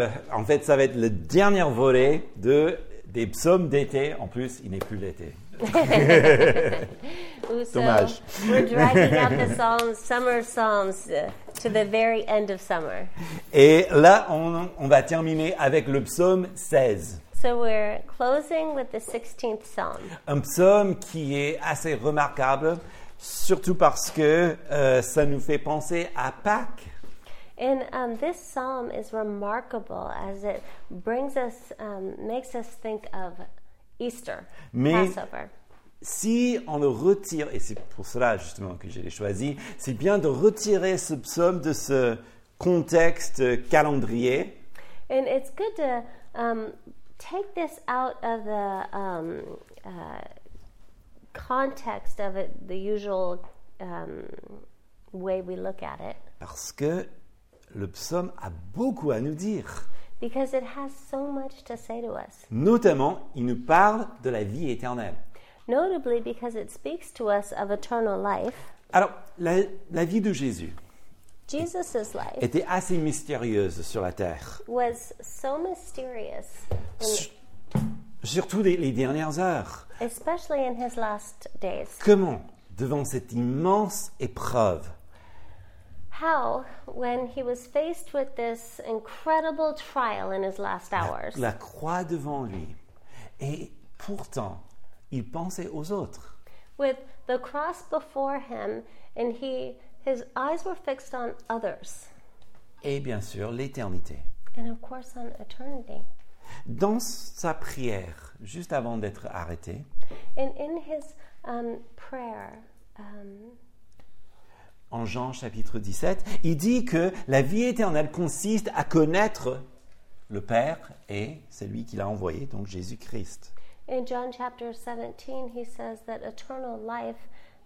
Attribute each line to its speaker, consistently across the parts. Speaker 1: Euh, En fait, ça va être le dernier volet de, des psaumes d'été. En plus, il n'est plus l'été.
Speaker 2: Ooh, so
Speaker 1: Dommage.
Speaker 2: We're dragging out the Psalms, summer Psalms, uh, to the very end of summer.
Speaker 1: Et là, on, on va terminer avec le psaume 16.
Speaker 2: So we're closing with the 16th Psalm.
Speaker 1: Un psaume qui est assez remarquable, surtout parce que euh, ça nous fait penser à Pâques.
Speaker 2: And um, this psalm is remarkable as it brings us, um, makes us think of Easter,
Speaker 1: Me-
Speaker 2: Passover.
Speaker 1: Si on le retire, et c'est pour cela justement que j'ai choisi, c'est bien de retirer ce psaume de ce contexte calendrier
Speaker 2: And it's good to um, take this out of the um, uh, context of it, the usual um, way we look at it,
Speaker 1: Parce que le psaume a beaucoup à nous dire.
Speaker 2: because it has so much to say to us.
Speaker 1: Notamment, il nous parle de la vie éternelle.
Speaker 2: Notably, because it speaks to us of eternal life.
Speaker 1: Alors, la, la vie de Jésus
Speaker 2: Jesus' life
Speaker 1: était assez mystérieuse sur la terre,
Speaker 2: was so mysterious,
Speaker 1: Su- surtout les, les dernières heures.
Speaker 2: especially in his last days.
Speaker 1: Comment, devant cette immense épreuve,
Speaker 2: How, when he was faced with this incredible trial in his last hours,
Speaker 1: la croix devant lui, et pourtant, il pensait aux autres.
Speaker 2: with the cross before him and he his eyes were fixed on others
Speaker 1: Et bien sûr, l'éternité.
Speaker 2: and of course on eternity
Speaker 1: Dans sa prière, juste avant d'être arrêté,
Speaker 2: and in his um, prayer um,
Speaker 1: en Jean chapitre 17, il dit que la vie éternelle consiste à connaître le Père et celui qui l'a envoyé, donc Jésus-Christ.
Speaker 2: in john chapter 17 he says that eternal life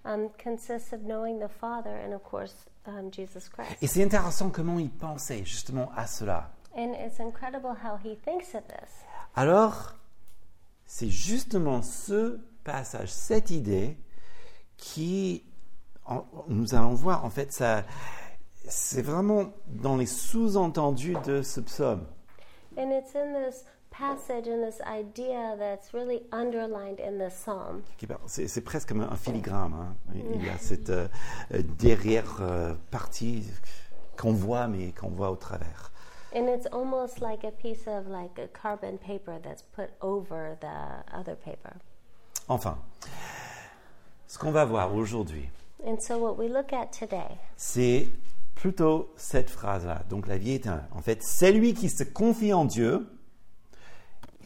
Speaker 2: um, consists of knowing the father and of course um, jesus christ
Speaker 1: Et c'est intéressant comment il pensait justement à cela.
Speaker 2: and it's incredible how he thinks of this
Speaker 1: Alors, c'est justement ce passage, cette idée qui en- nous envoie, en fait, ça, c'est vraiment dans les sous-entendus de ce psaume.
Speaker 2: and it's in this passage and this idea that's really underlined in this psalm
Speaker 1: qui par- C'est c'est presque comme un filigrane. hein. Il il a cette euh, euh, derrière euh, partie qu'on voit, mais qu'on voit au travers.
Speaker 2: And it's almost like a piece of like a carbon paper that's put over the other paper.
Speaker 1: Enfin, ce qu'on va voir aujourd'hui,
Speaker 2: And so what we look at today
Speaker 1: c'est plutôt cette phrase-là. Donc la vie est un. En fait, celui qui se confie en Dieu,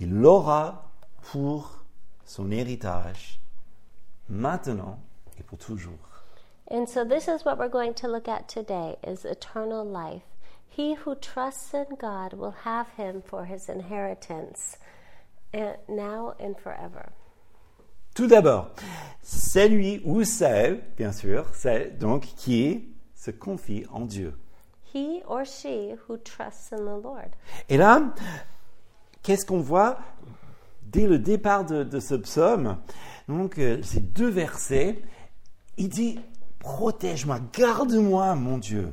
Speaker 1: il l'aura pour son héritage maintenant et pour toujours.
Speaker 2: and so this is what we're going to look at today is eternal life. He who trusts in God will have him for his inheritance eh, now and forever.
Speaker 1: Tout d'abord, celui ou celle, bien sûr, celle donc qui se confie en Dieu.
Speaker 2: He or she who trusts in the Lord.
Speaker 1: Et là, qu'est-ce qu'on voit dès le départ de, de ce psaume Donc, euh, ces deux versets, il dit Protège-moi, garde-moi, mon Dieu.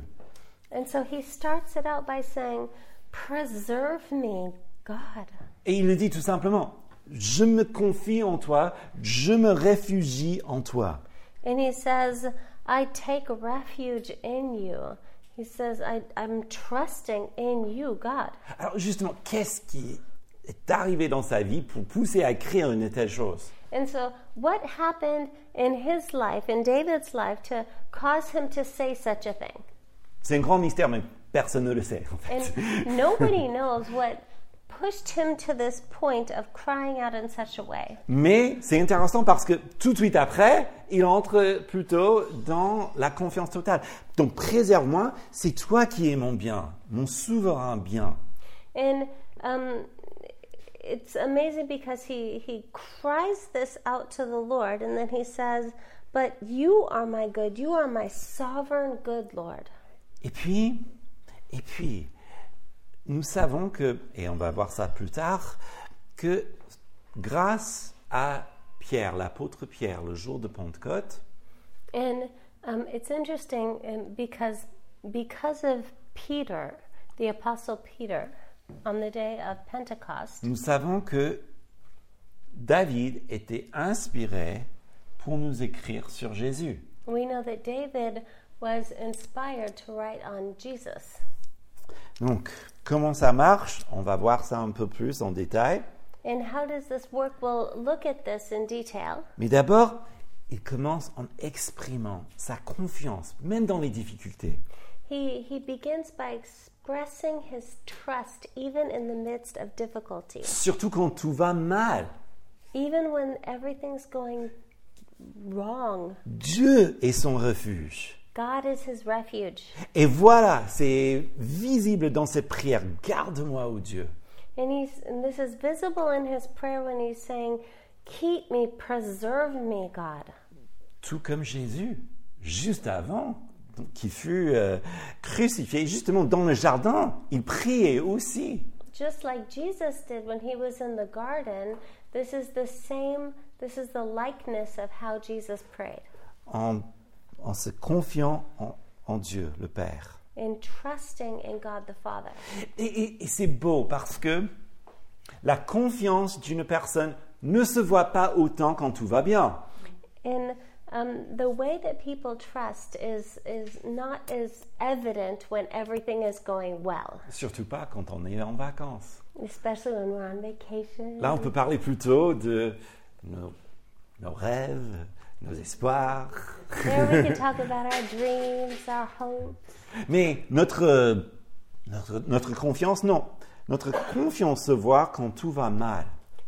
Speaker 2: And so he starts it out by saying, "Preserve me, God."
Speaker 1: Et il le dit tout simplement Je me confie en toi, je me réfugie en toi.
Speaker 2: And he says, I take refuge in you. He says, I, I'm trusting in you, God.
Speaker 1: Alors, justement, qu'est-ce qui est arrivé dans sa vie pour pousser à écrire une telle chose
Speaker 2: And so, what happened in his life, in David's life, to cause him to say such a thing?
Speaker 1: C'est un grand mystère, mais personne ne le sait, en fait.
Speaker 2: And nobody knows what pushed him to this point of crying out in such a way.
Speaker 1: Mais c'est intéressant parce que tout de suite après, il entre plutôt dans la confiance totale. Donc préserve-moi, c'est toi qui es mon bien, mon souverain bien.
Speaker 2: And um, it's amazing because he, he cries this out to the Lord, and then he says, But you are my good, you are my sovereign good, Lord.
Speaker 1: Et puis, et puis, nous savons que, et on va voir ça plus tard, que grâce à Pierre, l'apôtre Pierre, le jour de Pentecôte,
Speaker 2: And um, it's interesting um, because because of Peter, the apostle Peter, on the day of Pentecost,
Speaker 1: Nous savons que David était inspiré pour nous écrire sur Jésus.
Speaker 2: we know that David was inspired to write on Jesus.
Speaker 1: Donc, comment ça marche On va voir ça un peu plus en détail.
Speaker 2: And how does this work? We'll look at this in detail.
Speaker 1: Mais d'abord, il commence en exprimant sa confiance, même dans les difficultés.
Speaker 2: He, he begins by expressing his trust even in the midst of difficulty,
Speaker 1: Surtout quand tout va mal.
Speaker 2: even when everything's going wrong.
Speaker 1: Dieu est son refuge.
Speaker 2: God is his refuge.
Speaker 1: Et voilà, c'est visible dans cette prière. Garde-moi, ô Dieu.
Speaker 2: And, he's, and this is visible in his prayer when he's saying, Keep me, preserve me, God.
Speaker 1: Tout comme Jésus, juste avant donc, qu'il fut euh, crucifié, justement dans le jardin, il priait aussi.
Speaker 2: Just like Jesus did when he was in the garden, this is the same, this is the likeness of how Jesus prayed
Speaker 1: en, en se confiant en, en Dieu, le Père.
Speaker 2: in trusting in God the Father.
Speaker 1: Et, et- et c'est beau parce que la confiance d'une personne ne se voit pas autant quand tout va bien.
Speaker 2: And um, the way that people trust is, is not as evident when everything is going well,
Speaker 1: Surtout pas quand on est en vacances.
Speaker 2: especially when we're on vacation.
Speaker 1: Là, on peut parler plutôt de nos, nos rêves, nos espoirs.
Speaker 2: There we can talk about our dreams, our hopes.
Speaker 1: Mais notre, euh, notre, notre confiance, non. Notre confiance se voit quand tout va mal.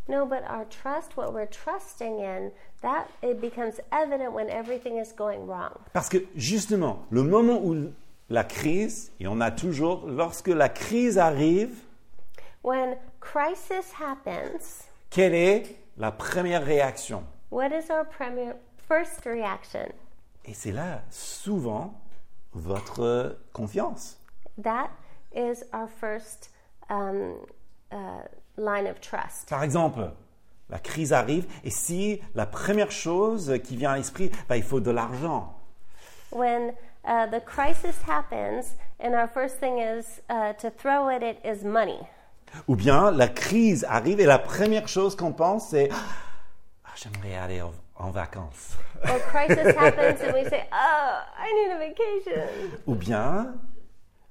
Speaker 2: No, but our trust, what we're trusting in, that it becomes evident when everything is going wrong.
Speaker 1: Parce que justement, le moment où la crise, et on a toujours, lorsque la crise arrive,
Speaker 2: When crisis happens,
Speaker 1: quelle est la première réaction
Speaker 2: what is our premier, first reaction?
Speaker 1: Et c'est là, souvent, votre confiance.
Speaker 2: That is our first um, uh, line of trust.
Speaker 1: Par exemple, la crise arrive, et si la première chose qui vient à l'esprit, ben, il faut de l'argent.
Speaker 2: When uh, the crisis happens, and our first thing is uh, to throw at it is money.
Speaker 1: Ou bien la crise arrive et la première chose qu'on pense, c'est Ah, j'aimerais aller en, en vacances.
Speaker 2: Or crisis happens, and we say, "Oh, I need a vacation."
Speaker 1: Ou bien,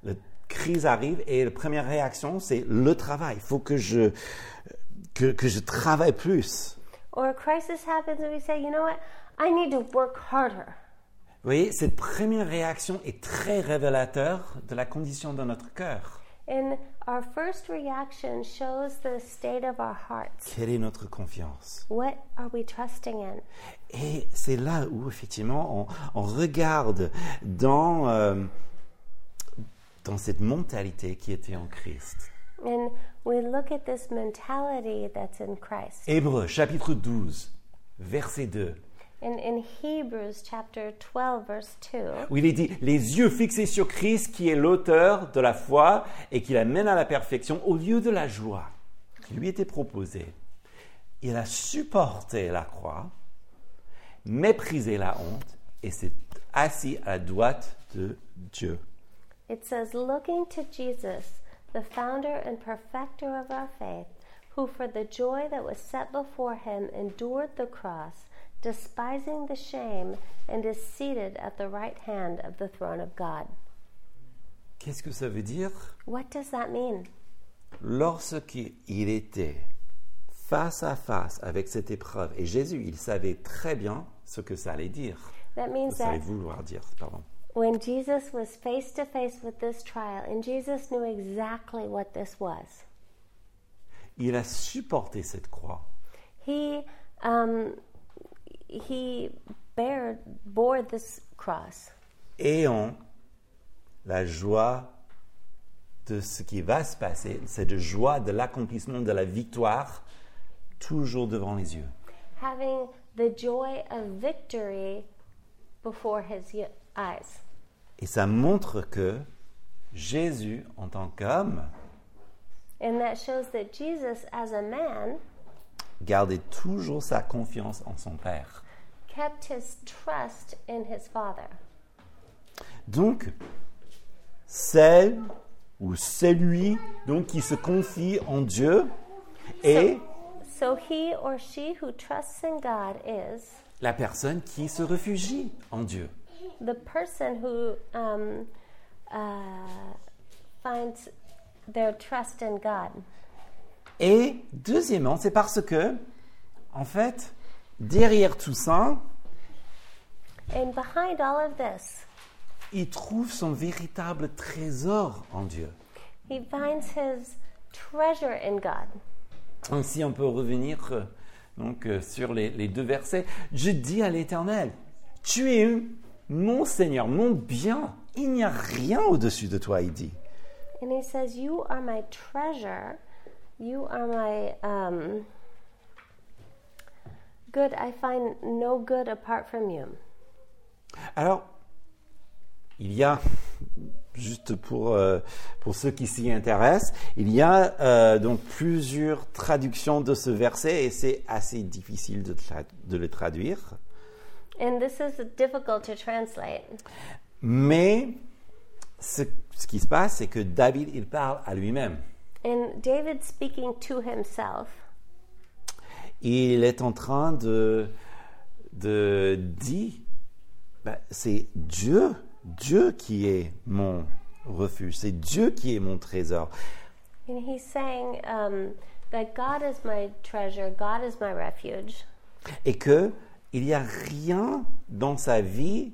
Speaker 1: la crise arrive et la première réaction, c'est le travail. Il faut que je, que, que je travaille plus.
Speaker 2: Or a crisis happens and we say, you know what? I need to work harder.
Speaker 1: Vous voyez, cette première réaction est très révélateur de la condition de notre cœur.
Speaker 2: And our first reaction shows the state of our hearts.
Speaker 1: Quelle est notre confiance
Speaker 2: What are we trusting in?
Speaker 1: Et c'est là où, effectivement, on, on regarde dans, euh, dans cette mentalité qui était en Christ.
Speaker 2: And we look at this mentality that's in Christ.
Speaker 1: Hébreux, chapitre 12, verset 2,
Speaker 2: And in Hebrews chapter 12, verse 2,
Speaker 1: où il est dit Les yeux fixés sur Christ, qui est l'auteur de la foi et qui l'amène à la perfection, au lieu de la joie qui lui était proposée. Il a supporté la croix, méprisé la honte et s'est assis à la droite de Dieu.
Speaker 2: it says, Looking to Jesus, the founder and perfecter of our faith, who for the joy that was set before him endured the cross, despising the shame, and is seated at the right hand of the throne of God.
Speaker 1: Qu'est-ce que ça veut dire
Speaker 2: What does that mean?
Speaker 1: lorsqu'il était face à face avec cette épreuve, et Jésus, il savait très bien ce que ça allait dire,
Speaker 2: That
Speaker 1: ce
Speaker 2: means
Speaker 1: que ça allait
Speaker 2: that
Speaker 1: vouloir dire, pardon.
Speaker 2: when Jesus was face to face with this trial, and Jesus knew exactly what this was,
Speaker 1: Il a supporté cette croix.
Speaker 2: he um, he bare, bore this cross,
Speaker 1: Ayant la joie de ce qui va se passer, cette joie de l'accomplissement, de la victoire, toujours devant les yeux.
Speaker 2: having the joy of victory before his y- eyes.
Speaker 1: Et ça montre que Jésus, en tant qu'homme,
Speaker 2: And that shows that Jesus, as a man,
Speaker 1: gardait toujours sa confiance en son Père.
Speaker 2: kept his trust in his Father.
Speaker 1: Donc, celle ou celui donc qui se confie en Dieu est
Speaker 2: So he or she who trusts in God is
Speaker 1: la personne qui se réfugie en Dieu.
Speaker 2: the person who um, uh, finds their trust in God.
Speaker 1: Et deuxièmement, c'est parce que, en fait, derrière tout ça,
Speaker 2: And behind all of this,
Speaker 1: il trouve son véritable trésor en Dieu.
Speaker 2: he finds his treasure in God.
Speaker 1: Donc, si on peut revenir euh, donc, euh, sur les, les deux versets, je dis à l'Éternel, tu es mon Seigneur, mon bien, il n'y a rien au-dessus de toi, il dit.
Speaker 2: And he says, You are my treasure. You are my um, good. I find no good apart from you.
Speaker 1: Alors, il y a, juste pour, euh, pour ceux qui s'y intéressent, il y a euh, donc plusieurs traductions de ce verset et c'est assez difficile de, tra- de le traduire.
Speaker 2: And this is difficult to translate.
Speaker 1: Mais ce, ce qui se passe, c'est que David, il parle à lui-même.
Speaker 2: And David speaking to himself,
Speaker 1: Il est en train de, de dire, ben, c'est Dieu, Dieu qui est mon refuge, c'est Dieu qui est mon trésor.
Speaker 2: and he's saying um, that God is my treasure, God is my refuge,
Speaker 1: et que il n'y a rien dans sa vie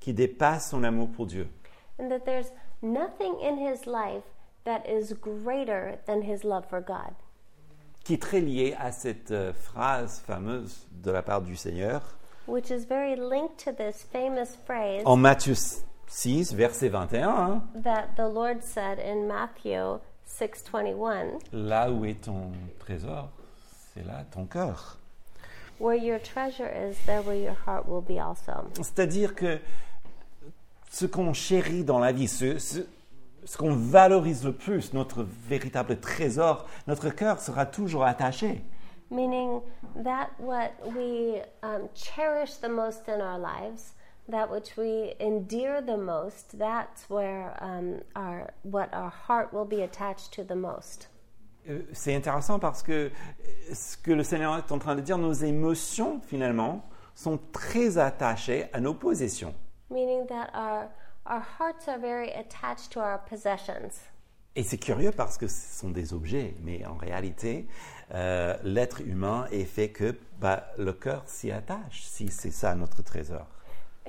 Speaker 1: qui dépasse son amour pour Dieu.
Speaker 2: and that there's nothing in his life that is greater than his love for God.
Speaker 1: Qui est très lié à cette euh, phrase fameuse de la part du Seigneur
Speaker 2: Which is very linked to this famous phrase
Speaker 1: en Matthieu 6, verset 21. hein.
Speaker 2: that the Lord said in Matthew 6:21,
Speaker 1: Là où est ton trésor, c'est là ton cœur.
Speaker 2: where your treasure is, there will your heart will be also.
Speaker 1: C'est-à-dire que ce qu'on chérit dans la vie, ce, ce, ce qu'on valorise le plus, notre véritable trésor, notre cœur sera toujours attaché.
Speaker 2: Meaning that what we um, cherish the most in our lives, that which we endear the most, that's where um, our what our heart will be attached to the most.
Speaker 1: Euh, c'est intéressant parce que euh, ce que le Seigneur est en train de dire, nos émotions finalement sont très attachées à nos possessions.
Speaker 2: Meaning that our our hearts are very attached to our possessions.
Speaker 1: Et c'est curieux parce que ce sont des objets, mais en réalité, euh, l'être humain est fait que bah, le cœur s'y attache, si c'est ça notre trésor.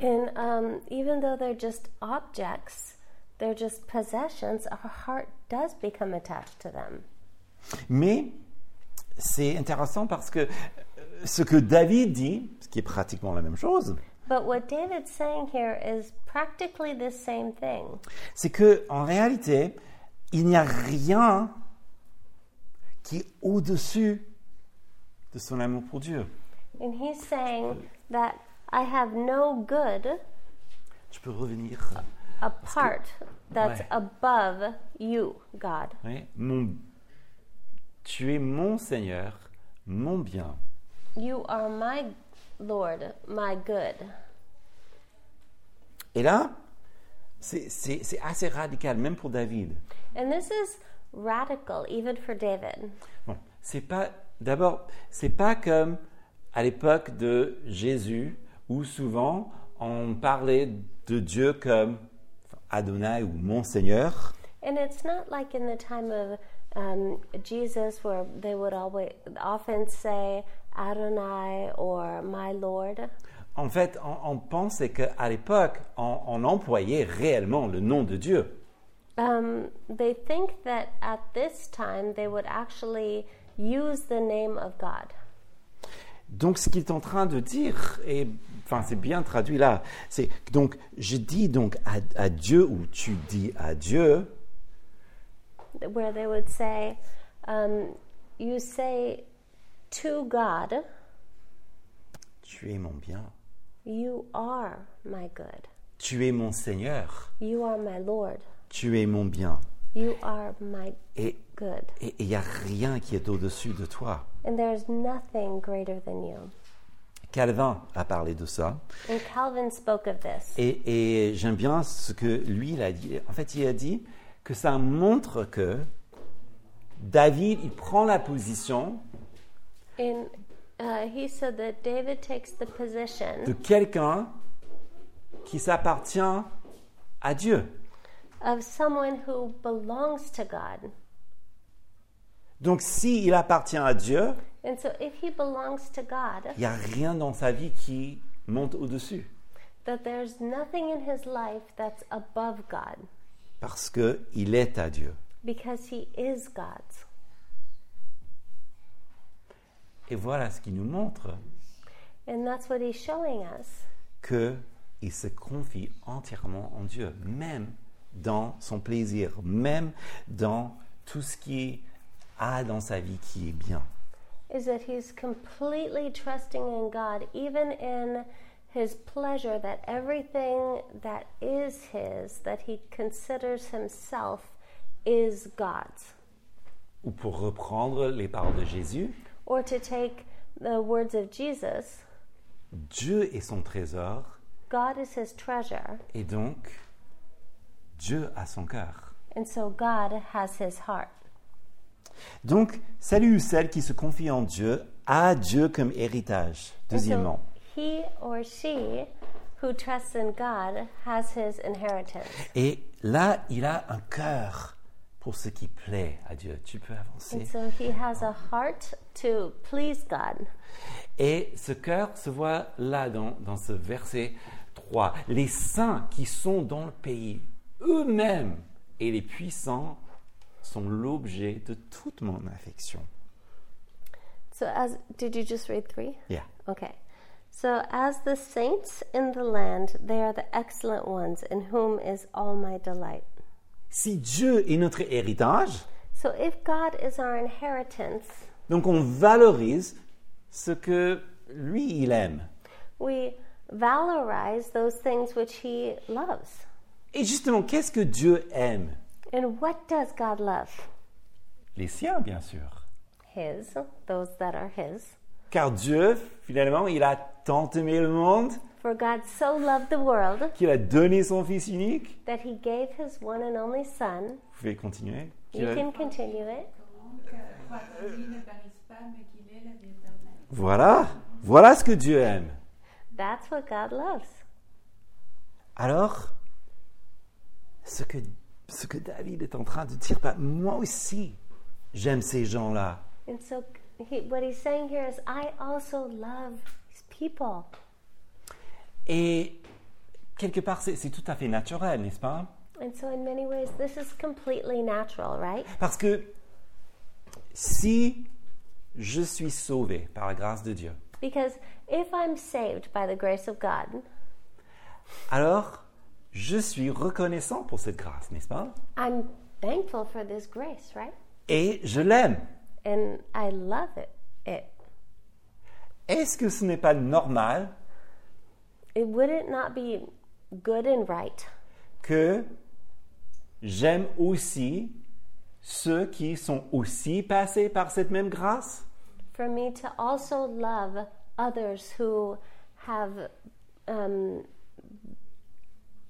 Speaker 2: And um, even though they're just objects, they're just possessions, our heart does become attached to them.
Speaker 1: Mais c'est intéressant parce que euh, ce que David dit, ce qui est pratiquement la même chose,
Speaker 2: But what David's saying here is practically the same thing.
Speaker 1: c'est que en réalité, il n'y a rien qui est au-dessus de son amour pour Dieu.
Speaker 2: And he's saying that I have no good
Speaker 1: Je peux revenir.
Speaker 2: apart that's
Speaker 1: Right.
Speaker 2: above you, God.
Speaker 1: Oui, mon- tu es mon Seigneur, mon bien.
Speaker 2: You are my Lord, my good.
Speaker 1: Et là, c'est- c'est c'est assez radical, même pour David.
Speaker 2: And this is radical even for David.
Speaker 1: Bon, c'est pas d'abord, c'est pas comme à l'époque de Jésus où souvent on parlait de Dieu comme Adonai ou mon Seigneur.
Speaker 2: And it's not like in the time of um, Jesus where they would always often say Adonai or my Lord.
Speaker 1: En fait, on, on pensait qu'à l'époque, on, on employait réellement le nom de Dieu.
Speaker 2: Um, they think that at this time they would actually use the name of God.
Speaker 1: Donc, ce qu'il est en train de dire, et enfin, c'est bien traduit là. C'est donc, je dis donc à, à Dieu ou tu dis à Dieu,
Speaker 2: where they would say, um, You say to God,
Speaker 1: tu es mon bien,
Speaker 2: You are my good.
Speaker 1: tu es mon Seigneur,
Speaker 2: You are my Lord.
Speaker 1: tu es mon bien.
Speaker 2: You are my
Speaker 1: Et
Speaker 2: good.
Speaker 1: et il n'y a rien qui est au-dessus de toi.
Speaker 2: And there's nothing greater than you.
Speaker 1: Calvin a parlé de ça.
Speaker 2: And Calvin spoke of this.
Speaker 1: Et, et j'aime bien ce que lui, il a dit. En fait, il a dit que ça montre que David, il prend la position
Speaker 2: And uh, he said that David takes
Speaker 1: de
Speaker 2: the position
Speaker 1: quelqu'un qui s'appartient à Dieu.
Speaker 2: of someone who belongs to God.
Speaker 1: Donc s'il appartient à Dieu,
Speaker 2: And so if he belongs to God,
Speaker 1: il n'y a rien dans sa vie qui monte au-dessus.
Speaker 2: that there's nothing in his life that's above God
Speaker 1: Parce qu'il est à Dieu.
Speaker 2: because he is God's.
Speaker 1: Et voilà ce qui nous montre
Speaker 2: And that's what he's showing us
Speaker 1: qu'il se confie entièrement en Dieu, même dans son plaisir, même dans tout ce qu'il a dans sa vie qui est bien.
Speaker 2: is that he's completely trusting in God even in his pleasure that everything that is his that he considers himself is God's.
Speaker 1: Ou pour reprendre les paroles de Jésus,
Speaker 2: Or to take the words of Jesus,
Speaker 1: Dieu est son trésor
Speaker 2: God is his treasure,
Speaker 1: et donc Dieu a son cœur.
Speaker 2: and so God has his heart.
Speaker 1: Donc, salut celle qui se confie en Dieu, a Dieu comme héritage.
Speaker 2: And so
Speaker 1: Deuxièmement,
Speaker 2: he or she who trusts in God has his inheritance.
Speaker 1: Et là, il a un cœur pour ce qui plaît à Dieu. Tu peux avancer.
Speaker 2: And so he has a heart to please God.
Speaker 1: Et ce cœur se voit là dans, dans ce verset 3. Les saints qui sont dans le pays, eux-mêmes et les puissants sont l'objet de toute mon affection.
Speaker 2: So as did you just read 3?
Speaker 1: Yeah.
Speaker 2: Okay. So, as the saints in the land, they are the excellent ones in whom is all my delight.
Speaker 1: Si Dieu est notre héritage,
Speaker 2: So, if God is our inheritance,
Speaker 1: donc on valorise ce que lui, il aime.
Speaker 2: we valorize those things which He loves.
Speaker 1: Et justement, qu'est-ce que Dieu aime
Speaker 2: And what does God love?
Speaker 1: Les siens, bien sûr.
Speaker 2: His, those that are His.
Speaker 1: Car Dieu, finalement, il a tant aimé le monde
Speaker 2: For God so loved the world
Speaker 1: qu'il a donné son Fils unique.
Speaker 2: that He gave His one and only Son.
Speaker 1: Vous pouvez continuer. Qu'il
Speaker 2: You
Speaker 1: a-
Speaker 2: can continue it.
Speaker 3: Donc, euh, pour que lui n'apparaisse pas, mais qu'il est la vie éternelle.
Speaker 1: Voilà, voilà ce que Dieu aime.
Speaker 2: That's what God loves.
Speaker 1: Alors, ce que, ce que David est en train de dire, bah, moi aussi, j'aime ces gens-là.
Speaker 2: And so, he, what He's saying here is, I also love these people.
Speaker 1: Et quelque part, c'est c'est tout à fait naturel, n'est-ce pas
Speaker 2: And so, in many ways, this is completely natural, right?
Speaker 1: Parce que si je suis sauvé par la grâce de Dieu,
Speaker 2: Because if I'm saved by the grace of God,
Speaker 1: alors je suis reconnaissant pour cette grâce, n'est-ce pas
Speaker 2: I'm thankful for this grace, right?
Speaker 1: Et je l'aime.
Speaker 2: And I love it. It,
Speaker 1: Est-ce que ce n'est pas normal
Speaker 2: it would it not be good and right
Speaker 1: que j'aime aussi ceux qui sont aussi passés par cette même grâce
Speaker 2: for me to also love others who have um,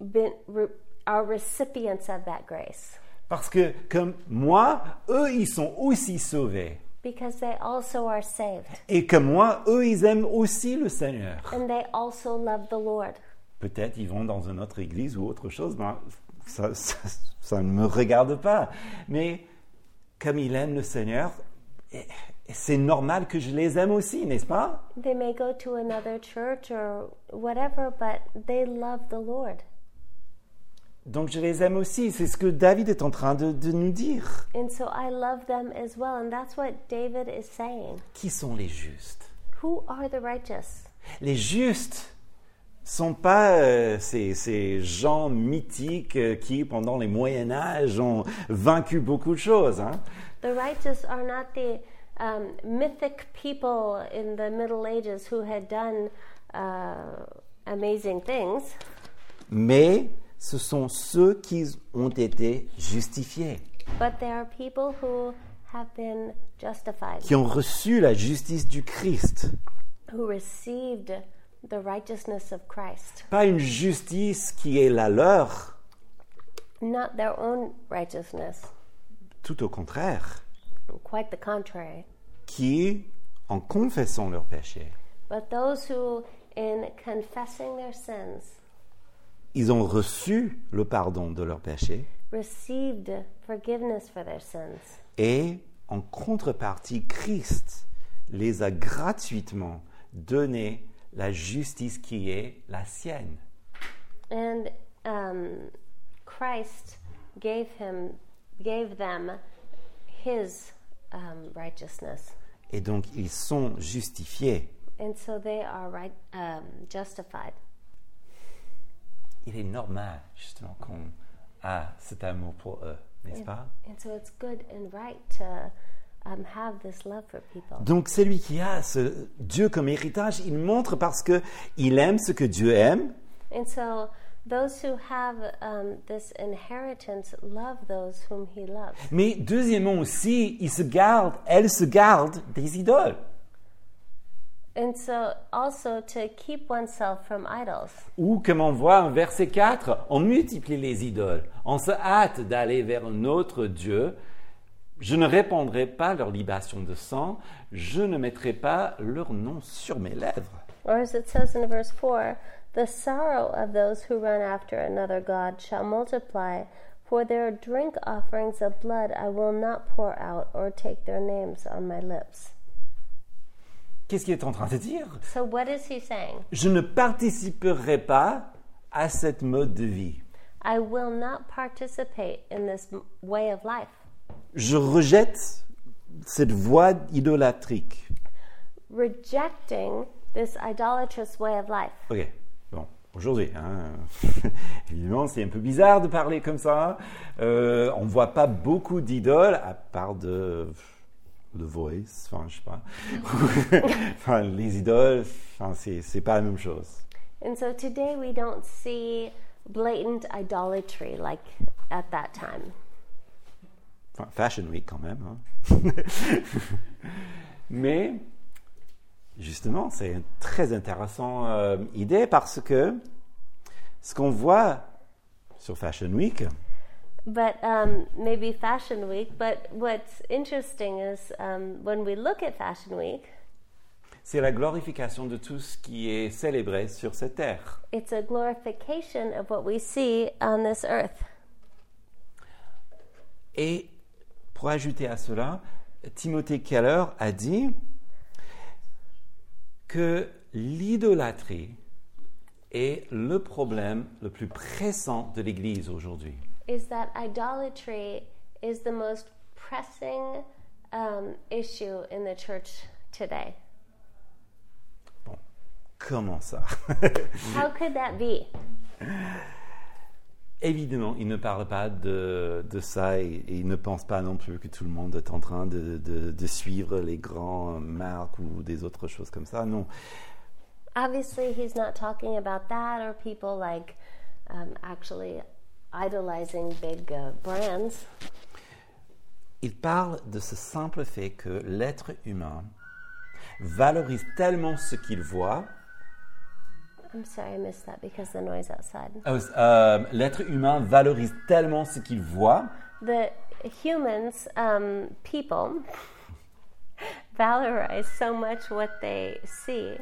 Speaker 2: been re, are recipients of that grace?
Speaker 1: Parce que, comme moi, eux, ils sont aussi sauvés.
Speaker 2: Because they also are saved,
Speaker 1: Et comme moi, eux, ils aiment aussi le Seigneur.
Speaker 2: and they also love the Lord.
Speaker 1: Peut-être ils vont dans une autre église ou autre chose, ben, ça, ça- ça ne me regarde pas. Mais comme ils aiment le Seigneur, eh, c'est normal que je les aime aussi, n'est-ce pas
Speaker 2: They may go to another church or whatever, but they love the Lord.
Speaker 1: Donc je les aime aussi. C'est ce que David est en train de- de nous dire.
Speaker 2: And so I love them as well. And that's what David is saying.
Speaker 1: Qui sont les justes
Speaker 2: Who are the righteous?
Speaker 1: Les justes sont pas euh, ces, ces gens mythiques euh, qui, pendant les Moyen Âge, ont vaincu beaucoup de choses. hein.
Speaker 2: The righteous are not the um, mythic people in the Middle Ages who had done uh, amazing things,
Speaker 1: Mais ce sont ceux qui ont été justifiés,
Speaker 2: but they are people who have been justified,
Speaker 1: qui ont reçu la justice du Christ.
Speaker 2: who received the righteousness of Christ.
Speaker 1: Pas une justice qui est la leur,
Speaker 2: not their own righteousness,
Speaker 1: Tout au contraire,
Speaker 2: quite the contrary,
Speaker 1: qui, en confessant leurs péchés,
Speaker 2: but those who, in confessing their sins,
Speaker 1: ils ont reçu le pardon de leurs péchés
Speaker 2: received forgiveness for their sins.
Speaker 1: et, en contrepartie, Christ les a gratuitement donné la justice qui est la sienne.
Speaker 2: And um, Christ gave him, gave them his um, righteousness,
Speaker 1: Et donc, ils sont justifiés.
Speaker 2: and so they are right, um, justified.
Speaker 1: Il est normal, justement, qu'on a cet amour pour eux, n'est-ce pas
Speaker 2: And so it's good and right to um, have this love for people.
Speaker 1: Donc celui qui a ce Dieu comme héritage, il montre parce que il aime ce que Dieu aime
Speaker 2: And so those who have um, this inheritance love those whom he loves.
Speaker 1: Mais deuxièmement aussi, il se garde, elle se garde des idoles
Speaker 2: And so also to keep oneself from idols.
Speaker 1: ou, comme on voit en verset 4, on multiplie les idoles. On se hâte d'aller vers un autre Dieu. Je ne répandrai pas leur libation de sang. Je ne mettrai pas leur nom sur mes lèvres.
Speaker 2: Or as it says in verse 4, the sorrow of those who run after another God shall multiply, for their drink offerings of blood I will not pour out or take their names on my lips.
Speaker 1: Qu'est-ce qu'il est en train de dire
Speaker 2: So what is he saying?
Speaker 1: Je ne participerai pas à cette mode de vie.
Speaker 2: I will not participate in this m- way of life.
Speaker 1: Je rejette cette voie idolatrique.
Speaker 2: Rejecting this idolatrous way of life.
Speaker 1: Ok, bon, aujourd'hui, hein, évidemment, c'est un peu bizarre de parler comme ça. Euh, on voit pas beaucoup d'idoles, à part de The Voice, enfin, je sais pas. enfin, les idoles, enfin, c'est c'est pas la même chose.
Speaker 2: And so today we don't see blatant idolatry like at that time.
Speaker 1: Enfin, Fashion Week quand même. hein. Mais, justement, c'est une très intéressant euh, idée parce que ce qu'on voit sur Fashion Week,
Speaker 2: But um, maybe Fashion Week. But what's interesting is um, when we look at Fashion Week,
Speaker 1: C'est la glorification de tout ce qui est célébré sur cette terre.
Speaker 2: it's a glorification of what we see on this earth.
Speaker 1: Et pour ajouter à cela, Timothée Keller a dit que l'idolâtrie est le problème le plus pressant de l'Église aujourd'hui.
Speaker 2: Is that idolatry is the most pressing um, issue in the church today?
Speaker 1: Bon, comment ça
Speaker 2: How could that be?
Speaker 1: Évidemment, il ne parle pas de, de ça et, et il ne pense pas non plus que tout le monde est en train de, de- de suivre les grands marques ou des autres choses comme ça. Non,
Speaker 2: Obviously, he's not talking about that or people like um, actually idolizing big uh, brands.
Speaker 1: Il parle de ce simple fait que l'être humain valorise tellement ce qu'il voit.
Speaker 2: I'm sorry, I missed that because the noise outside.
Speaker 1: Euh, euh, l'être humain valorise tellement ce qu'il voit
Speaker 2: The humans, um, people, valorize so much what they see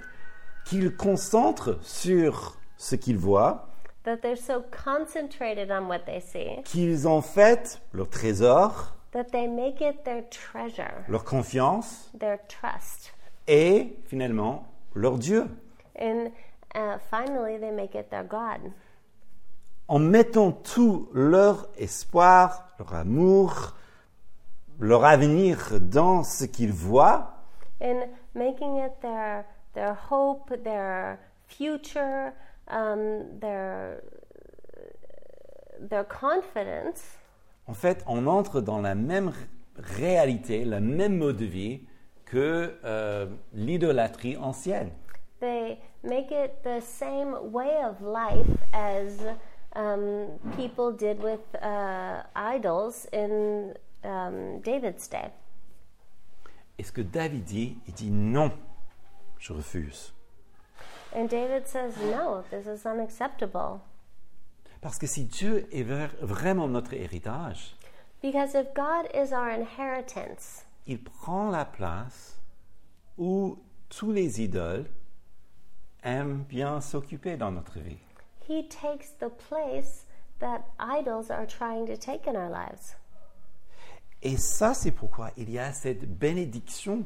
Speaker 1: qu'il concentre sur ce qu'il voit,
Speaker 2: that they're so concentrated on what they see
Speaker 1: qu'ils en fait leur trésor,
Speaker 2: that they make it their treasure,
Speaker 1: leur confiance
Speaker 2: their trust.
Speaker 1: et finalement leur Dieu.
Speaker 2: And uh, finally, they make it their God.
Speaker 1: En mettant tout leur espoir, leur amour, leur avenir dans ce qu'ils voient,
Speaker 2: in making it their their hope, their future, um, their their confidence.
Speaker 1: En fait, on entre dans la même r- réalité, le même mode de vie que euh, l'idolâtrie ancienne.
Speaker 2: They make it the same way of life as um, people did with uh, idols in um, David's day.
Speaker 1: Et ce que David dit, il dit non, je refuse.
Speaker 2: And David says, "No, this is unacceptable."
Speaker 1: Parce que si Dieu est ver- vraiment notre héritage,
Speaker 2: Because if God is our inheritance,
Speaker 1: il prend la place où tous les idoles aiment bien s'occuper dans notre vie.
Speaker 2: He takes the place that idols are trying to take in our lives.
Speaker 1: Et ça, c'est pourquoi il y a cette bénédiction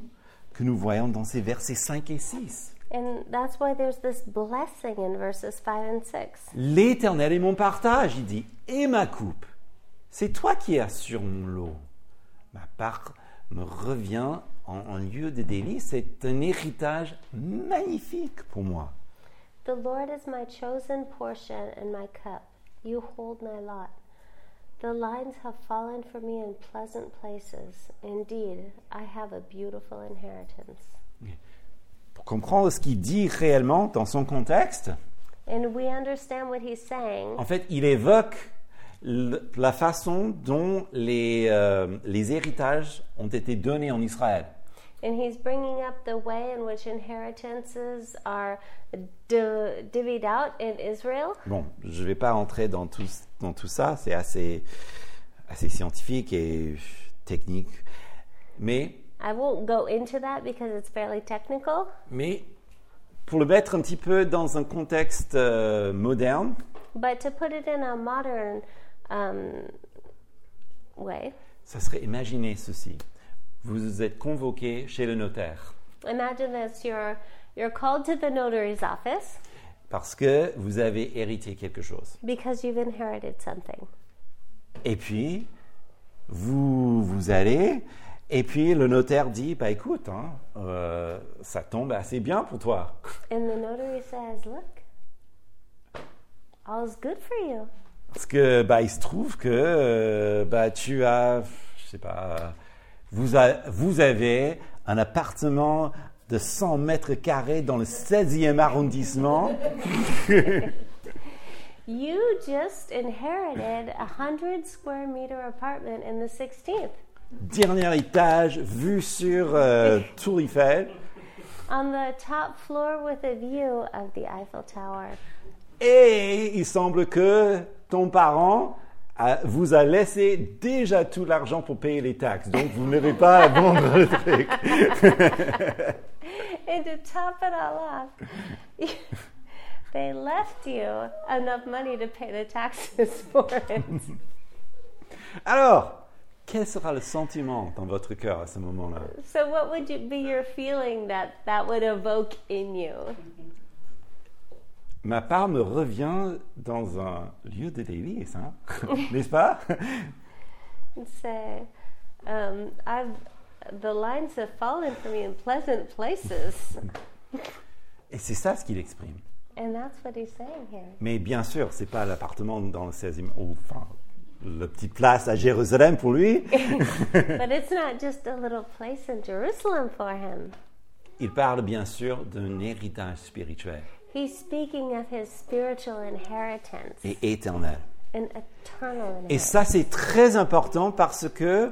Speaker 1: que nous voyons dans ces versets 5 et 6.
Speaker 2: And that's why there's this blessing in verses 5 and 6.
Speaker 1: L'Éternel est mon partage, il dit, et ma coupe. C'est toi qui assures mon lot. Ma part me revient en, en lieu de délice. C'est un héritage magnifique pour moi.
Speaker 2: The Lord is my chosen portion and my cup. You hold my lot. The lines have fallen for me in pleasant places. Indeed, I have a beautiful inheritance.
Speaker 1: Pour comprendre ce qu'il dit réellement dans son contexte,
Speaker 2: And we understand what he's saying.
Speaker 1: en fait, il évoque le- la façon dont les, euh, les héritages ont été donnés en Israël.
Speaker 2: And he's bringing up the way in which inheritances are di- divvied out in Israel.
Speaker 1: Bon, je ne vais pas entrer dans tout, dans tout ça, c'est assez, assez scientifique et technique. Mais,
Speaker 2: I won't go into that because it's fairly technical.
Speaker 1: mais pour le mettre un petit peu dans un contexte euh, moderne,
Speaker 2: But to put it in a modern um, way,
Speaker 1: ça serait imaginer ceci. Vous êtes convoqué chez le notaire
Speaker 2: imagine this you're, you're called to the notary's office
Speaker 1: parce que vous avez hérité quelque chose.
Speaker 2: because you've inherited something.
Speaker 1: Et puis, vous, vous allez, et puis le notaire dit, bah écoute, hein, euh, ça tombe assez bien pour toi.
Speaker 2: And the notary says, Look, all's good for you.
Speaker 1: Parce que bah, il se trouve que euh, bah, tu as, je sais pas, euh, vous, a- vous avez un appartement de 100 mètres carrés dans le 16e arrondissement.
Speaker 2: You just inherited a 100 square meter apartment in the 16th.
Speaker 1: Dernier étage, vue sur euh, Tour Eiffel.
Speaker 2: on the top floor with a view of the Eiffel Tower.
Speaker 1: Et il semble que ton parent a- vous a laissé déjà tout l'argent pour payer les taxes. Donc vous n'avez pas à vendre le truc.
Speaker 2: And to top it all off, they left you enough money to pay the taxes for it.
Speaker 1: Alors, quel sera le sentiment dans votre cœur à ce moment-là
Speaker 2: so, what would you, be your feeling that that would evoke in you?
Speaker 1: Ma part me revient dans un lieu de délice, hein? n'est-ce pas
Speaker 2: And say, um, I've, the lines have fallen for me in pleasant places.
Speaker 1: Et c'est ça ce qu'il exprime.
Speaker 2: And that's what he's saying here.
Speaker 1: Mais bien sûr, c'est pas l'appartement dans le 16e, ou, enfin, le petit place à Jérusalem pour lui.
Speaker 2: But it's not just a little place in Jerusalem for him.
Speaker 1: Il parle bien sûr d'un héritage spirituel
Speaker 2: He's speaking of his spiritual inheritance.
Speaker 1: et éternel.
Speaker 2: an eternal
Speaker 1: Et
Speaker 2: inheritance.
Speaker 1: ça, c'est très important parce que,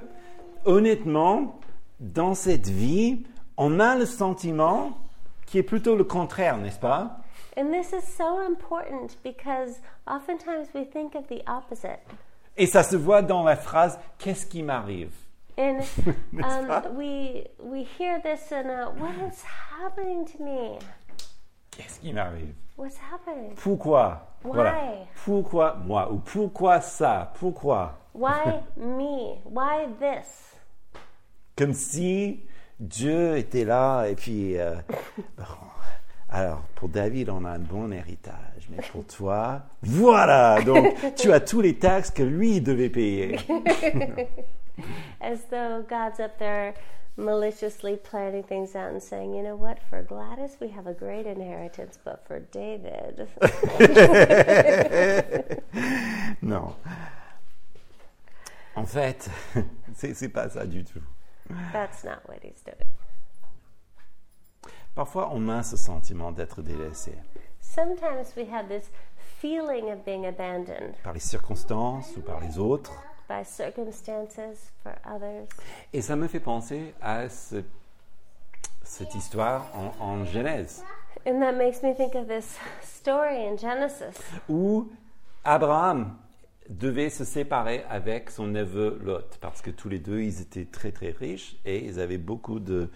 Speaker 1: honnêtement, dans cette vie, on a le sentiment qui est plutôt le contraire, n'est-ce pas
Speaker 2: And this is so important because oftentimes we think of the opposite.
Speaker 1: Et ça se voit dans la phrase Qu'est-ce qui m'arrive
Speaker 2: And
Speaker 1: N'est-ce pas?
Speaker 2: um, we we hear this in a, what is happening to me?
Speaker 1: Qu'est-ce qui m'arrive
Speaker 2: What's happening?
Speaker 1: Pourquoi
Speaker 2: Why
Speaker 1: Pourquoi moi ou pourquoi ça Pourquoi
Speaker 2: why me? Why this?
Speaker 1: Comme si Dieu était là et puis euh, bon, alors pour David on a un bon héritage mais pour toi voilà donc tu as tous les taxes que lui devait payer.
Speaker 2: As though God's up there maliciously planning things out and saying, you know what? For Gladys, we have a great inheritance, but for David,
Speaker 1: non. En fait, c'est c'est pas ça du tout.
Speaker 2: that's not what he's doing.
Speaker 1: Parfois on a ce sentiment d'être délaissé.
Speaker 2: Sometimes we have this feeling of being abandoned.
Speaker 1: par les circonstances ou par les autres.
Speaker 2: by circumstances for others.
Speaker 1: Et ça me fait penser à ce- cette histoire en, en Genèse,
Speaker 2: And that makes me think of this story in Genesis
Speaker 1: où Abraham devait se séparer avec son neveu Lot, parce que tous les deux, ils étaient très très riches et ils avaient beaucoup de-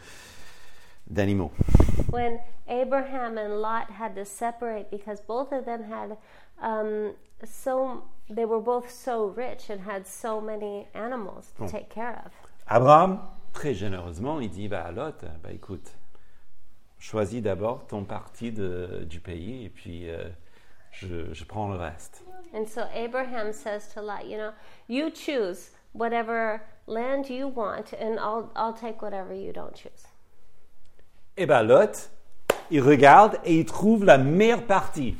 Speaker 1: d'animaux.
Speaker 2: When Abraham and Lot had to separate because both of them had um, so, they were both so rich and had so many animals to take care of.
Speaker 1: Abraham, très généreusement, il dit bah, à Lot, bah, écoute, choisis d'abord ton parti de- du pays et puis euh, je, je prends le reste.
Speaker 2: And so Abraham says to Lot, you know, you choose whatever land you want, and I'll, I'll take whatever you don't choose.
Speaker 1: Et bien Lot, il regarde et il trouve la meilleure partie.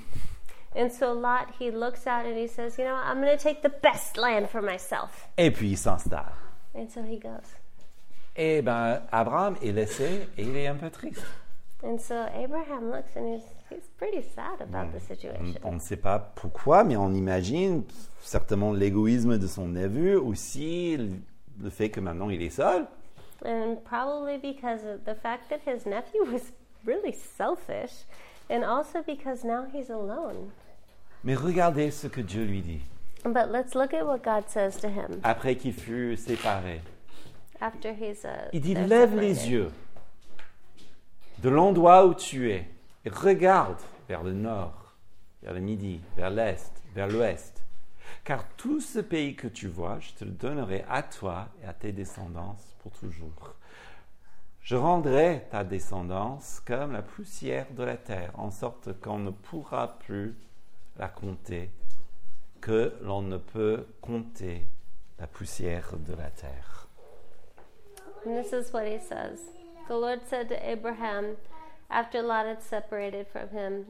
Speaker 2: And so Lot, he looks out and he says, you know, I'm going to take the best land for myself.
Speaker 1: Et puis il s'installe.
Speaker 2: And so he goes.
Speaker 1: Et ben Abraham est laissé et il est un peu triste.
Speaker 2: And so Abraham looks and he's, he's pretty sad about the situation.
Speaker 1: On ne sait pas pourquoi, mais on imagine certainement l'égoïsme de son neveu, aussi le fait que maintenant il est seul.
Speaker 2: And probably because of the fact that his nephew was really selfish, and also because now he's alone.
Speaker 1: Mais regardez ce que Dieu lui dit
Speaker 2: But let's look at what God says to him
Speaker 1: après qu'il fut séparé.
Speaker 2: after he's uh,
Speaker 1: Il dit
Speaker 2: they're
Speaker 1: Lève les
Speaker 2: separated.
Speaker 1: yeux de l'endroit où tu es et regarde vers le nord, vers le midi, vers l'est, vers l'ouest. Car tout ce pays que tu vois, je te le donnerai à toi et à tes descendants pour toujours. Je rendrai ta descendance comme la poussière de la terre, en sorte qu'on ne pourra plus la compter, que l'on ne peut compter la poussière de la terre.
Speaker 2: And this is what he says The Lord said to Abraham, after Lot had separated from him,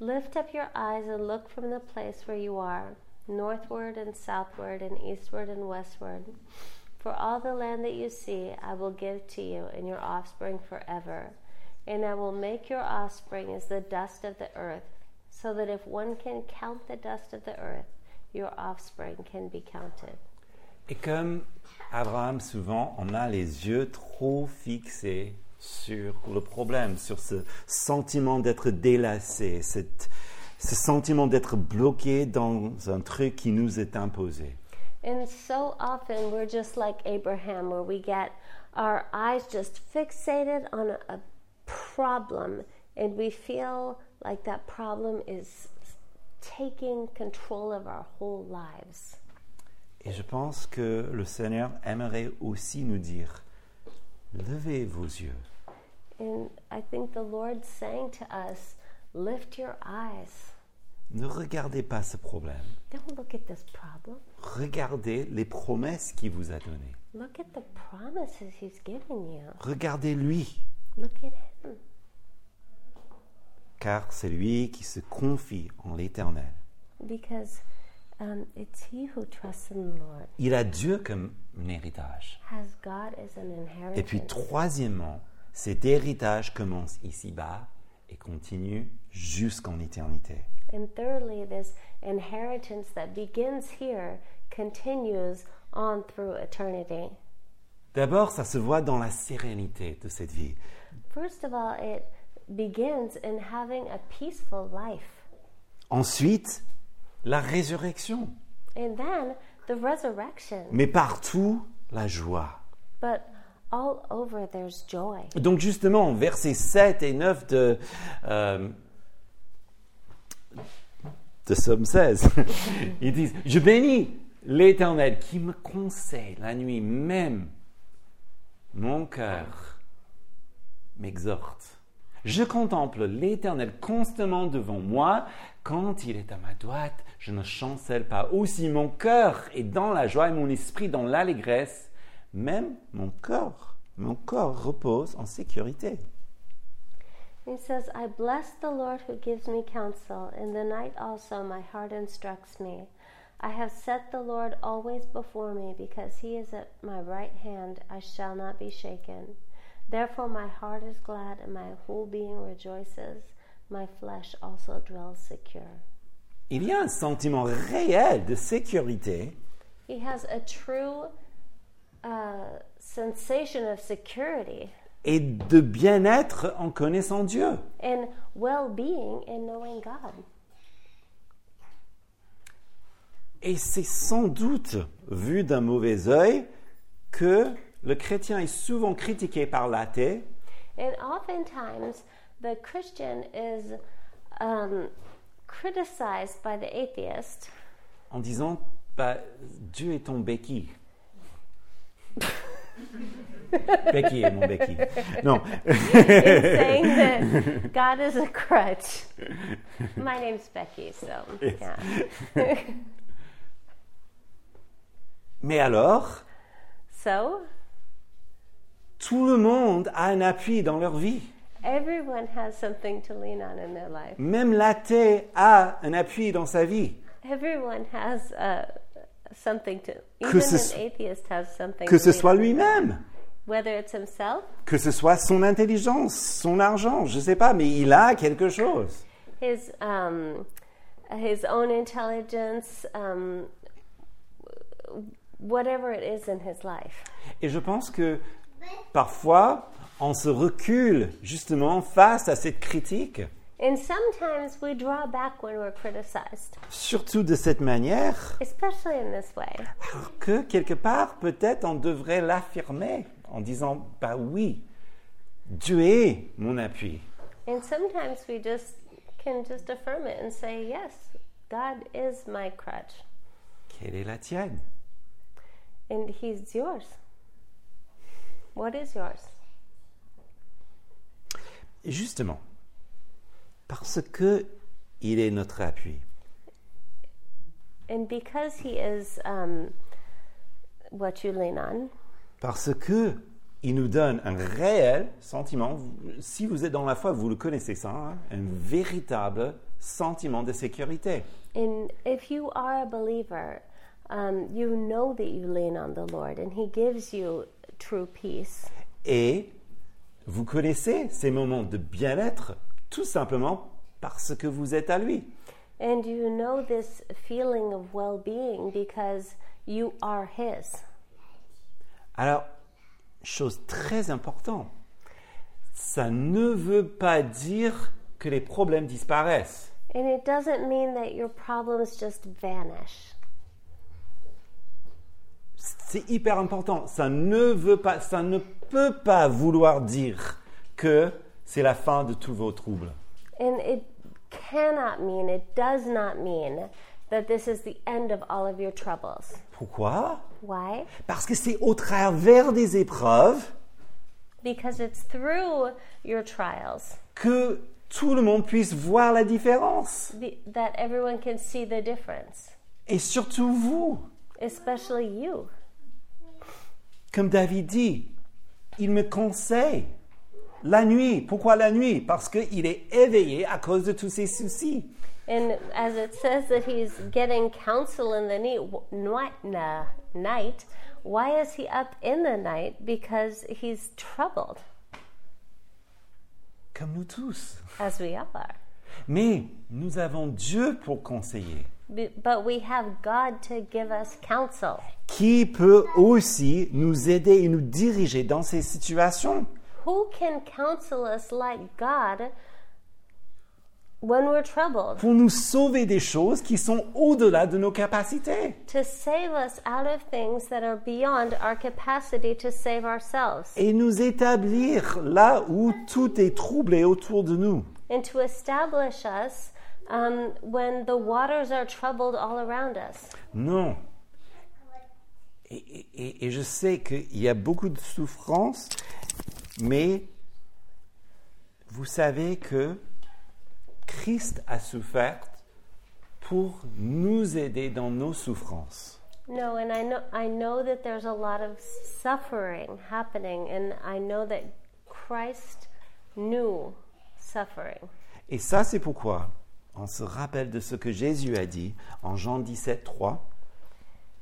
Speaker 2: Lift up your eyes and look from the place where you are, northward and southward, and eastward and westward. For all the land that you see, I will give to you and your offspring forever. And I will make your offspring as the dust of the earth, so that if one can count the dust of the earth, your offspring can be counted.
Speaker 1: Et comme Abraham, souvent, on a les yeux trop fixés sur le problème, sur ce sentiment d'être délassé, cette- ce sentiment d'être bloqué dans un truc qui nous est imposé.
Speaker 2: And so often we're just like Abraham, where we get our eyes just fixated on a, a problem and we feel like that problem is taking control of our whole lives.
Speaker 1: Et je pense que le Seigneur aimerait aussi nous dire, levez vos yeux
Speaker 2: And I think the Lord's saying to us, lift your eyes.
Speaker 1: Ne regardez pas ce problème.
Speaker 2: Don't look at this problem.
Speaker 1: Regardez les promesses qu'il vous a données.
Speaker 2: Look at the promises he's given you.
Speaker 1: Regardez lui,
Speaker 2: Look at him.
Speaker 1: car c'est lui qui se confie en l'Éternel.
Speaker 2: Because um, it's he who trusts in the Lord,
Speaker 1: Il a Dieu comme un héritage.
Speaker 2: has God as an inheritance.
Speaker 1: Et puis troisièmement, cet héritage commence ici-bas et continue jusqu'en éternité.
Speaker 2: And thirdly, this inheritance that begins here continues on through eternity.
Speaker 1: D'abord, ça se voit dans la sérénité de cette vie.
Speaker 2: First of all, it begins in having a peaceful life,
Speaker 1: Ensuite, la résurrection.
Speaker 2: and then the resurrection.
Speaker 1: Mais partout, la joie.
Speaker 2: But all over, there's joy.
Speaker 1: Donc justement, versets 7 et 9 de, euh, de Somme 16, ils disent, je bénis l'Éternel qui me conseille la nuit même. Mon cœur m'exhorte. Je contemple l'Éternel constamment devant moi. Quand il est à ma droite, je ne chancelle pas. Aussi mon cœur est dans la joie et mon esprit dans l'allégresse. Même mon corps, mon corps repose en sécurité.
Speaker 2: He says, I bless the Lord who gives me counsel. In the night also my heart instructs me. I have set the Lord always before me, because he is at my right hand, I shall not be shaken. Therefore my heart is glad, and my whole being rejoices. My flesh also dwells secure.
Speaker 1: Il y a un sentiment réel de sécurité
Speaker 2: He has a true uh, sensation of security
Speaker 1: et de bien-être en connaissant Dieu.
Speaker 2: and well being in knowing God.
Speaker 1: Et c'est sans doute vu d'un mauvais œil que le chrétien est souvent critiqué par l'athée
Speaker 2: And oftentimes, the Christian is um, criticized by the atheist
Speaker 1: en disant bah, Dieu est ton béquille. béquille est mon béquille. Non,
Speaker 2: in saying that God is a crutch. My name's Becky, so yeah.
Speaker 1: mais alors,
Speaker 2: So
Speaker 1: tout le monde a un appui dans leur vie.
Speaker 2: everyone has something to lean on in their life.
Speaker 1: Même l'athée a un appui dans sa vie.
Speaker 2: Everyone has uh, something to. Even
Speaker 1: ce s-
Speaker 2: an atheist has something.
Speaker 1: Que
Speaker 2: to
Speaker 1: ce
Speaker 2: lean
Speaker 1: soit
Speaker 2: on in their life.
Speaker 1: lui-même,
Speaker 2: Whether it's himself,
Speaker 1: que ce soit son intelligence, son argent, je ne sais pas, mais il a quelque chose.
Speaker 2: his um, his own intelligence, um, whatever it is in his life.
Speaker 1: Et je pense que parfois, on se recule justement face à cette critique,
Speaker 2: And sometimes we draw back when we're criticized,
Speaker 1: surtout de cette manière,
Speaker 2: especially in this way.
Speaker 1: alors que quelque part, peut-être, on devrait l'affirmer en disant, bah oui, Dieu est mon appui.
Speaker 2: And sometimes we just can just affirm it and say, yes, God is my crutch
Speaker 1: Quelle est la tienne
Speaker 2: and He's yours. What is yours?
Speaker 1: Et Justement, parce que il est notre appui,
Speaker 2: And because He is um, what you lean on,
Speaker 1: parce que il nous donne un réel sentiment. Si vous êtes dans la foi, vous le connaissez ça, hein, un véritable sentiment de sécurité.
Speaker 2: and if you are a believer, um, you know that you lean on the Lord and He gives you true peace.
Speaker 1: Et vous connaissez ces moments de bien-être tout simplement parce que vous êtes à lui.
Speaker 2: And you know this feeling of well being because you are His.
Speaker 1: Alors, chose très importante, ça ne veut pas dire que les problèmes disparaissent.
Speaker 2: And it doesn't mean that your problems just vanish.
Speaker 1: C'est hyper important. Ça ne veut pas, ça ne peut pas vouloir dire que c'est la fin de tous vos troubles.
Speaker 2: And it cannot mean, it does not mean that this is the end of all of your troubles.
Speaker 1: Pourquoi
Speaker 2: Why?
Speaker 1: Parce que c'est au travers des épreuves
Speaker 2: Because it's through your trials
Speaker 1: que tout le monde puisse voir la différence.
Speaker 2: the- that everyone can see the difference,
Speaker 1: Et surtout vous.
Speaker 2: especially you.
Speaker 1: Comme David dit, il me conseille la nuit. Pourquoi la nuit Parce qu'il est éveillé à cause de tous ses soucis.
Speaker 2: And as it says that he's getting counsel in the night, night, nah, night, why is he up in the night? Because he's troubled,
Speaker 1: Comme nous tous.
Speaker 2: as we all are.
Speaker 1: Mais nous avons Dieu pour conseiller.
Speaker 2: B- But we have God to give us counsel,
Speaker 1: qui peut aussi nous aider et nous diriger dans ces situations.
Speaker 2: who can counsel us like God when we're troubled,
Speaker 1: Pour nous sauver des choses qui sont au-delà de nos capacités.
Speaker 2: to save us out of things that are beyond our capacity to save ourselves,
Speaker 1: Et nous établir là où tout est troublé autour de nous.
Speaker 2: and to establish us um, when the waters are troubled all around us.
Speaker 1: Non. Et, et- et- et je sais qu'il y a beaucoup de souffrance, mais vous savez que Christ a souffert pour nous aider dans nos souffrances.
Speaker 2: No, and I know I know that there's a lot of suffering happening, and I know that Christ knew suffering.
Speaker 1: Et ça, c'est pourquoi on se rappelle de ce que Jésus a dit en Jean 17, 3.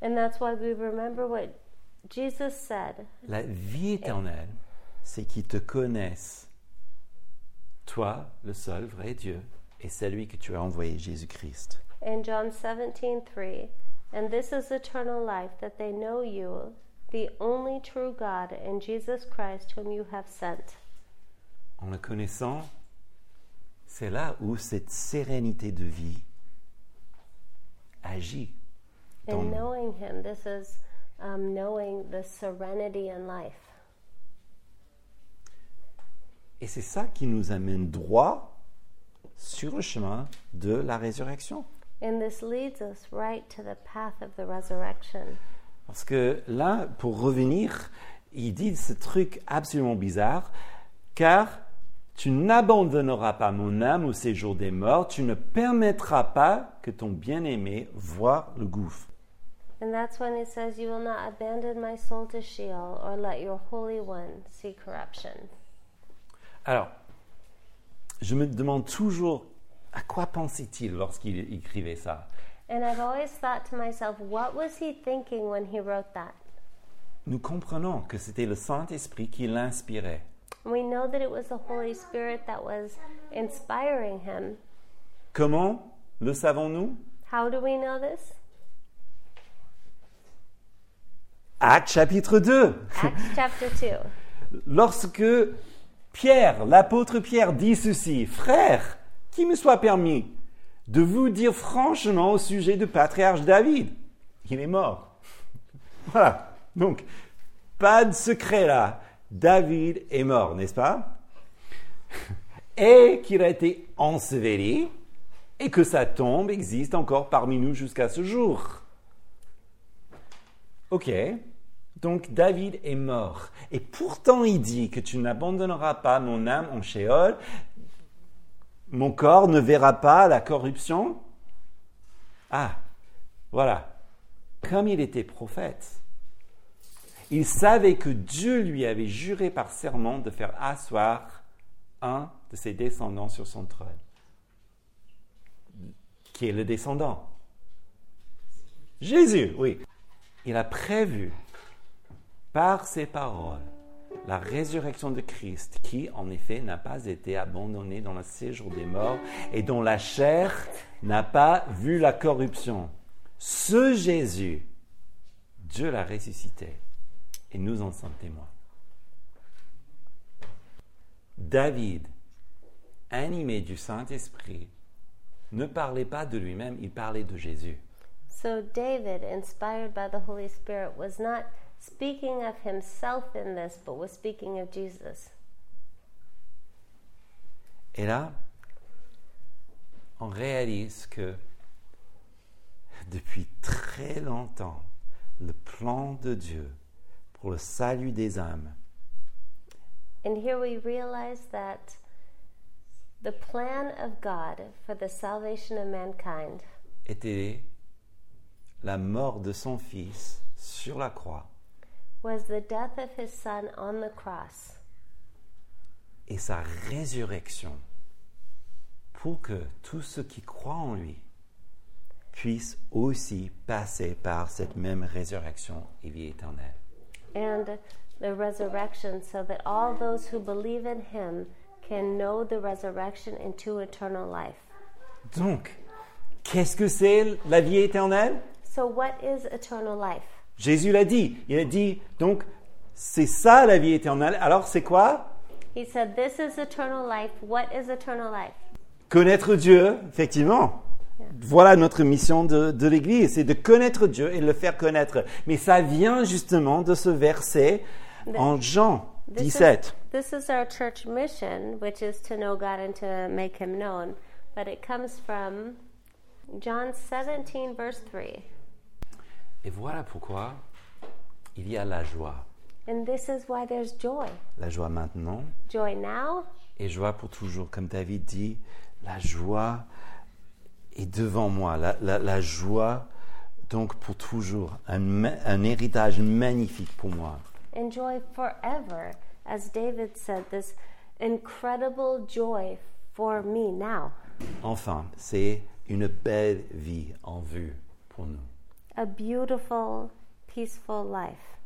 Speaker 2: And that's why we remember what Jesus said
Speaker 1: La vie éternelle, c'est qu'ils te connaissent, toi, le seul vrai Dieu, et celui que tu as envoyé, Jésus-Christ.
Speaker 2: in John 17:3, and this is eternal life that they know you, the only true God, and Jesus Christ whom you have sent.
Speaker 1: En le connaissant, c'est là où cette sérénité de vie agit. dans
Speaker 2: In knowing Him, this is um, knowing the serenity in life.
Speaker 1: Et c'est ça qui nous amène droit sur le chemin de la résurrection.
Speaker 2: And this leads us right to the path of the resurrection.
Speaker 1: Parce que là, pour revenir, il dit ce truc absolument bizarre, car tu n'abandonneras pas mon âme au séjour des morts, tu ne permettras pas que ton bien-aimé voie le gouffre.
Speaker 2: And that's when it says, You will not abandon my soul to Sheol or let your Holy One see corruption.
Speaker 1: Alors, je me demande toujours à quoi pensait-il lorsqu'il écrivait ça.
Speaker 2: And I've always thought to myself, What was he thinking when he wrote that?
Speaker 1: Nous comprenons que c'était le Saint-Esprit qui l'inspirait.
Speaker 2: We know that it was the Holy Spirit that was inspiring him.
Speaker 1: Comment le savons-nous
Speaker 2: How do we know this?
Speaker 1: Acte chapitre 2.
Speaker 2: Acts chapter 2.
Speaker 1: Lorsque Pierre, l'apôtre Pierre, dit ceci, Frères, qui me soit permis de vous dire franchement au sujet du patriarche David, il est mort. Voilà, donc, pas de secret là. David est mort, n'est-ce pas Et qu'il a été enseveli, et que sa tombe existe encore parmi nous jusqu'à ce jour. Ok, donc David est mort. Et pourtant il dit que tu n'abandonneras pas mon âme en Sheol, mon corps ne verra pas la corruption. Ah, voilà. Comme il était prophète, il savait que Dieu lui avait juré par serment de faire asseoir un de ses descendants sur son trône. Qui est le descendant Jésus, oui. Il a prévu par ses paroles la résurrection de Christ, qui en effet n'a pas été abandonné dans le séjour des morts et dont la chair n'a pas vu la corruption. Ce Jésus, Dieu l'a ressuscité et nous en sommes témoins. David, animé du Saint-Esprit, ne parlait pas de lui-même, il parlait de Jésus.
Speaker 2: So David, inspired by the Holy Spirit, was not speaking of himself in this, but was speaking of Jesus.
Speaker 1: Et là, on réalise que depuis très longtemps, le plan de Dieu pour le salut des âmes
Speaker 2: And here we realize that the plan of God for the salvation of mankind
Speaker 1: était la mort de son Fils sur la croix
Speaker 2: was the death of his son on the cross
Speaker 1: et sa résurrection pour que tous ceux qui croient en lui puissent aussi passer par cette même résurrection et vie éternelle.
Speaker 2: and the resurrection, so that all those who believe in him can know the resurrection into eternal life.
Speaker 1: Donc, qu'est-ce que c'est la vie éternelle
Speaker 2: So, what is eternal life?
Speaker 1: Jésus l'a dit. Il a dit, donc, c'est ça la vie éternelle. Alors, c'est quoi
Speaker 2: He said, This is eternal life. What is eternal life?
Speaker 1: Connaître Dieu, effectivement. Voilà notre mission de, de l'Église, c'est de connaître Dieu et de le faire connaître. Mais ça vient justement de ce verset en Jean
Speaker 2: This is-
Speaker 1: 17.
Speaker 2: This is our church mission, which is to know God and to make him known. But it comes from John 17, verse 3.
Speaker 1: Et voilà pourquoi il y a la joie.
Speaker 2: And this is why there's joy
Speaker 1: La joie maintenant
Speaker 2: joy now
Speaker 1: et joie pour toujours. Comme David dit, la joie est devant moi. La, la- la joie, donc, pour toujours. Un, ma- un héritage magnifique pour moi.
Speaker 2: and joy forever. As David said, this incredible joy for me now.
Speaker 1: Enfin, c'est une belle vie en vue pour nous.
Speaker 2: A beautiful, peaceful life.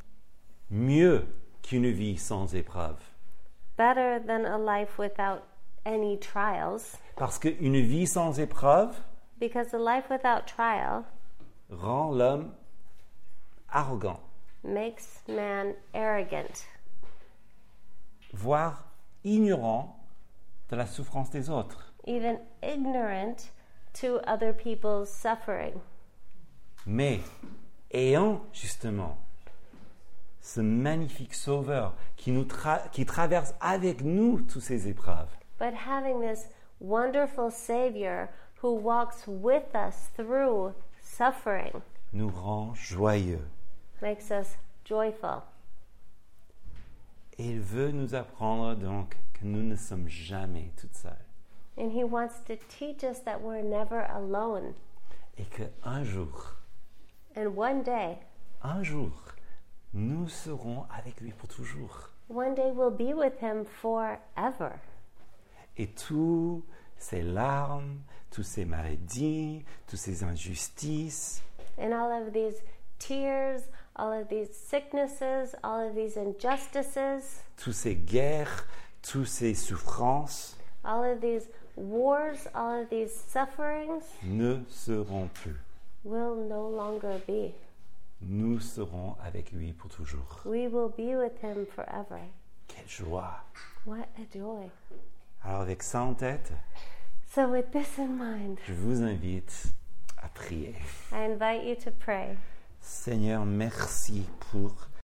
Speaker 1: Mieux qu'une vie sans épreuve.
Speaker 2: Better than a life without any trials.
Speaker 1: Parce qu'une vie sans épreuve
Speaker 2: Because a life without trial
Speaker 1: rend l'homme arrogant,
Speaker 2: makes man arrogant.
Speaker 1: voire ignorant de la souffrance des autres.
Speaker 2: even ignorant to other people's suffering.
Speaker 1: mais ayant justement ce magnifique Sauveur qui, nous tra- qui traverse avec nous toutes ces épreuves.
Speaker 2: But having this wonderful Savior who walks with us through suffering
Speaker 1: nous rend joyeux.
Speaker 2: makes us joyful.
Speaker 1: Et il veut nous apprendre donc que nous ne sommes jamais toutes seules
Speaker 2: And He wants to teach us that we're never alone.
Speaker 1: et que un jour,
Speaker 2: And one day,
Speaker 1: un jour, nous serons avec lui pour toujours.
Speaker 2: one day we'll be with Him forever.
Speaker 1: Et tous ces larmes, toutes ces maladies, toutes ces injustices,
Speaker 2: And all of these tears, all of these sicknesses, all of these injustices,
Speaker 1: toutes ces guerres, toutes ces souffrances
Speaker 2: all of these wars, all of these sufferings
Speaker 1: ne seront plus.
Speaker 2: will no longer be.
Speaker 1: Nous serons avec lui pour toujours.
Speaker 2: We will be with Him forever.
Speaker 1: Quelle joie!
Speaker 2: What a joy.
Speaker 1: Alors avec ça en tête,
Speaker 2: So, with this in mind,
Speaker 1: je vous invite à prier.
Speaker 2: I invite you to pray.
Speaker 1: Seigneur, merci pour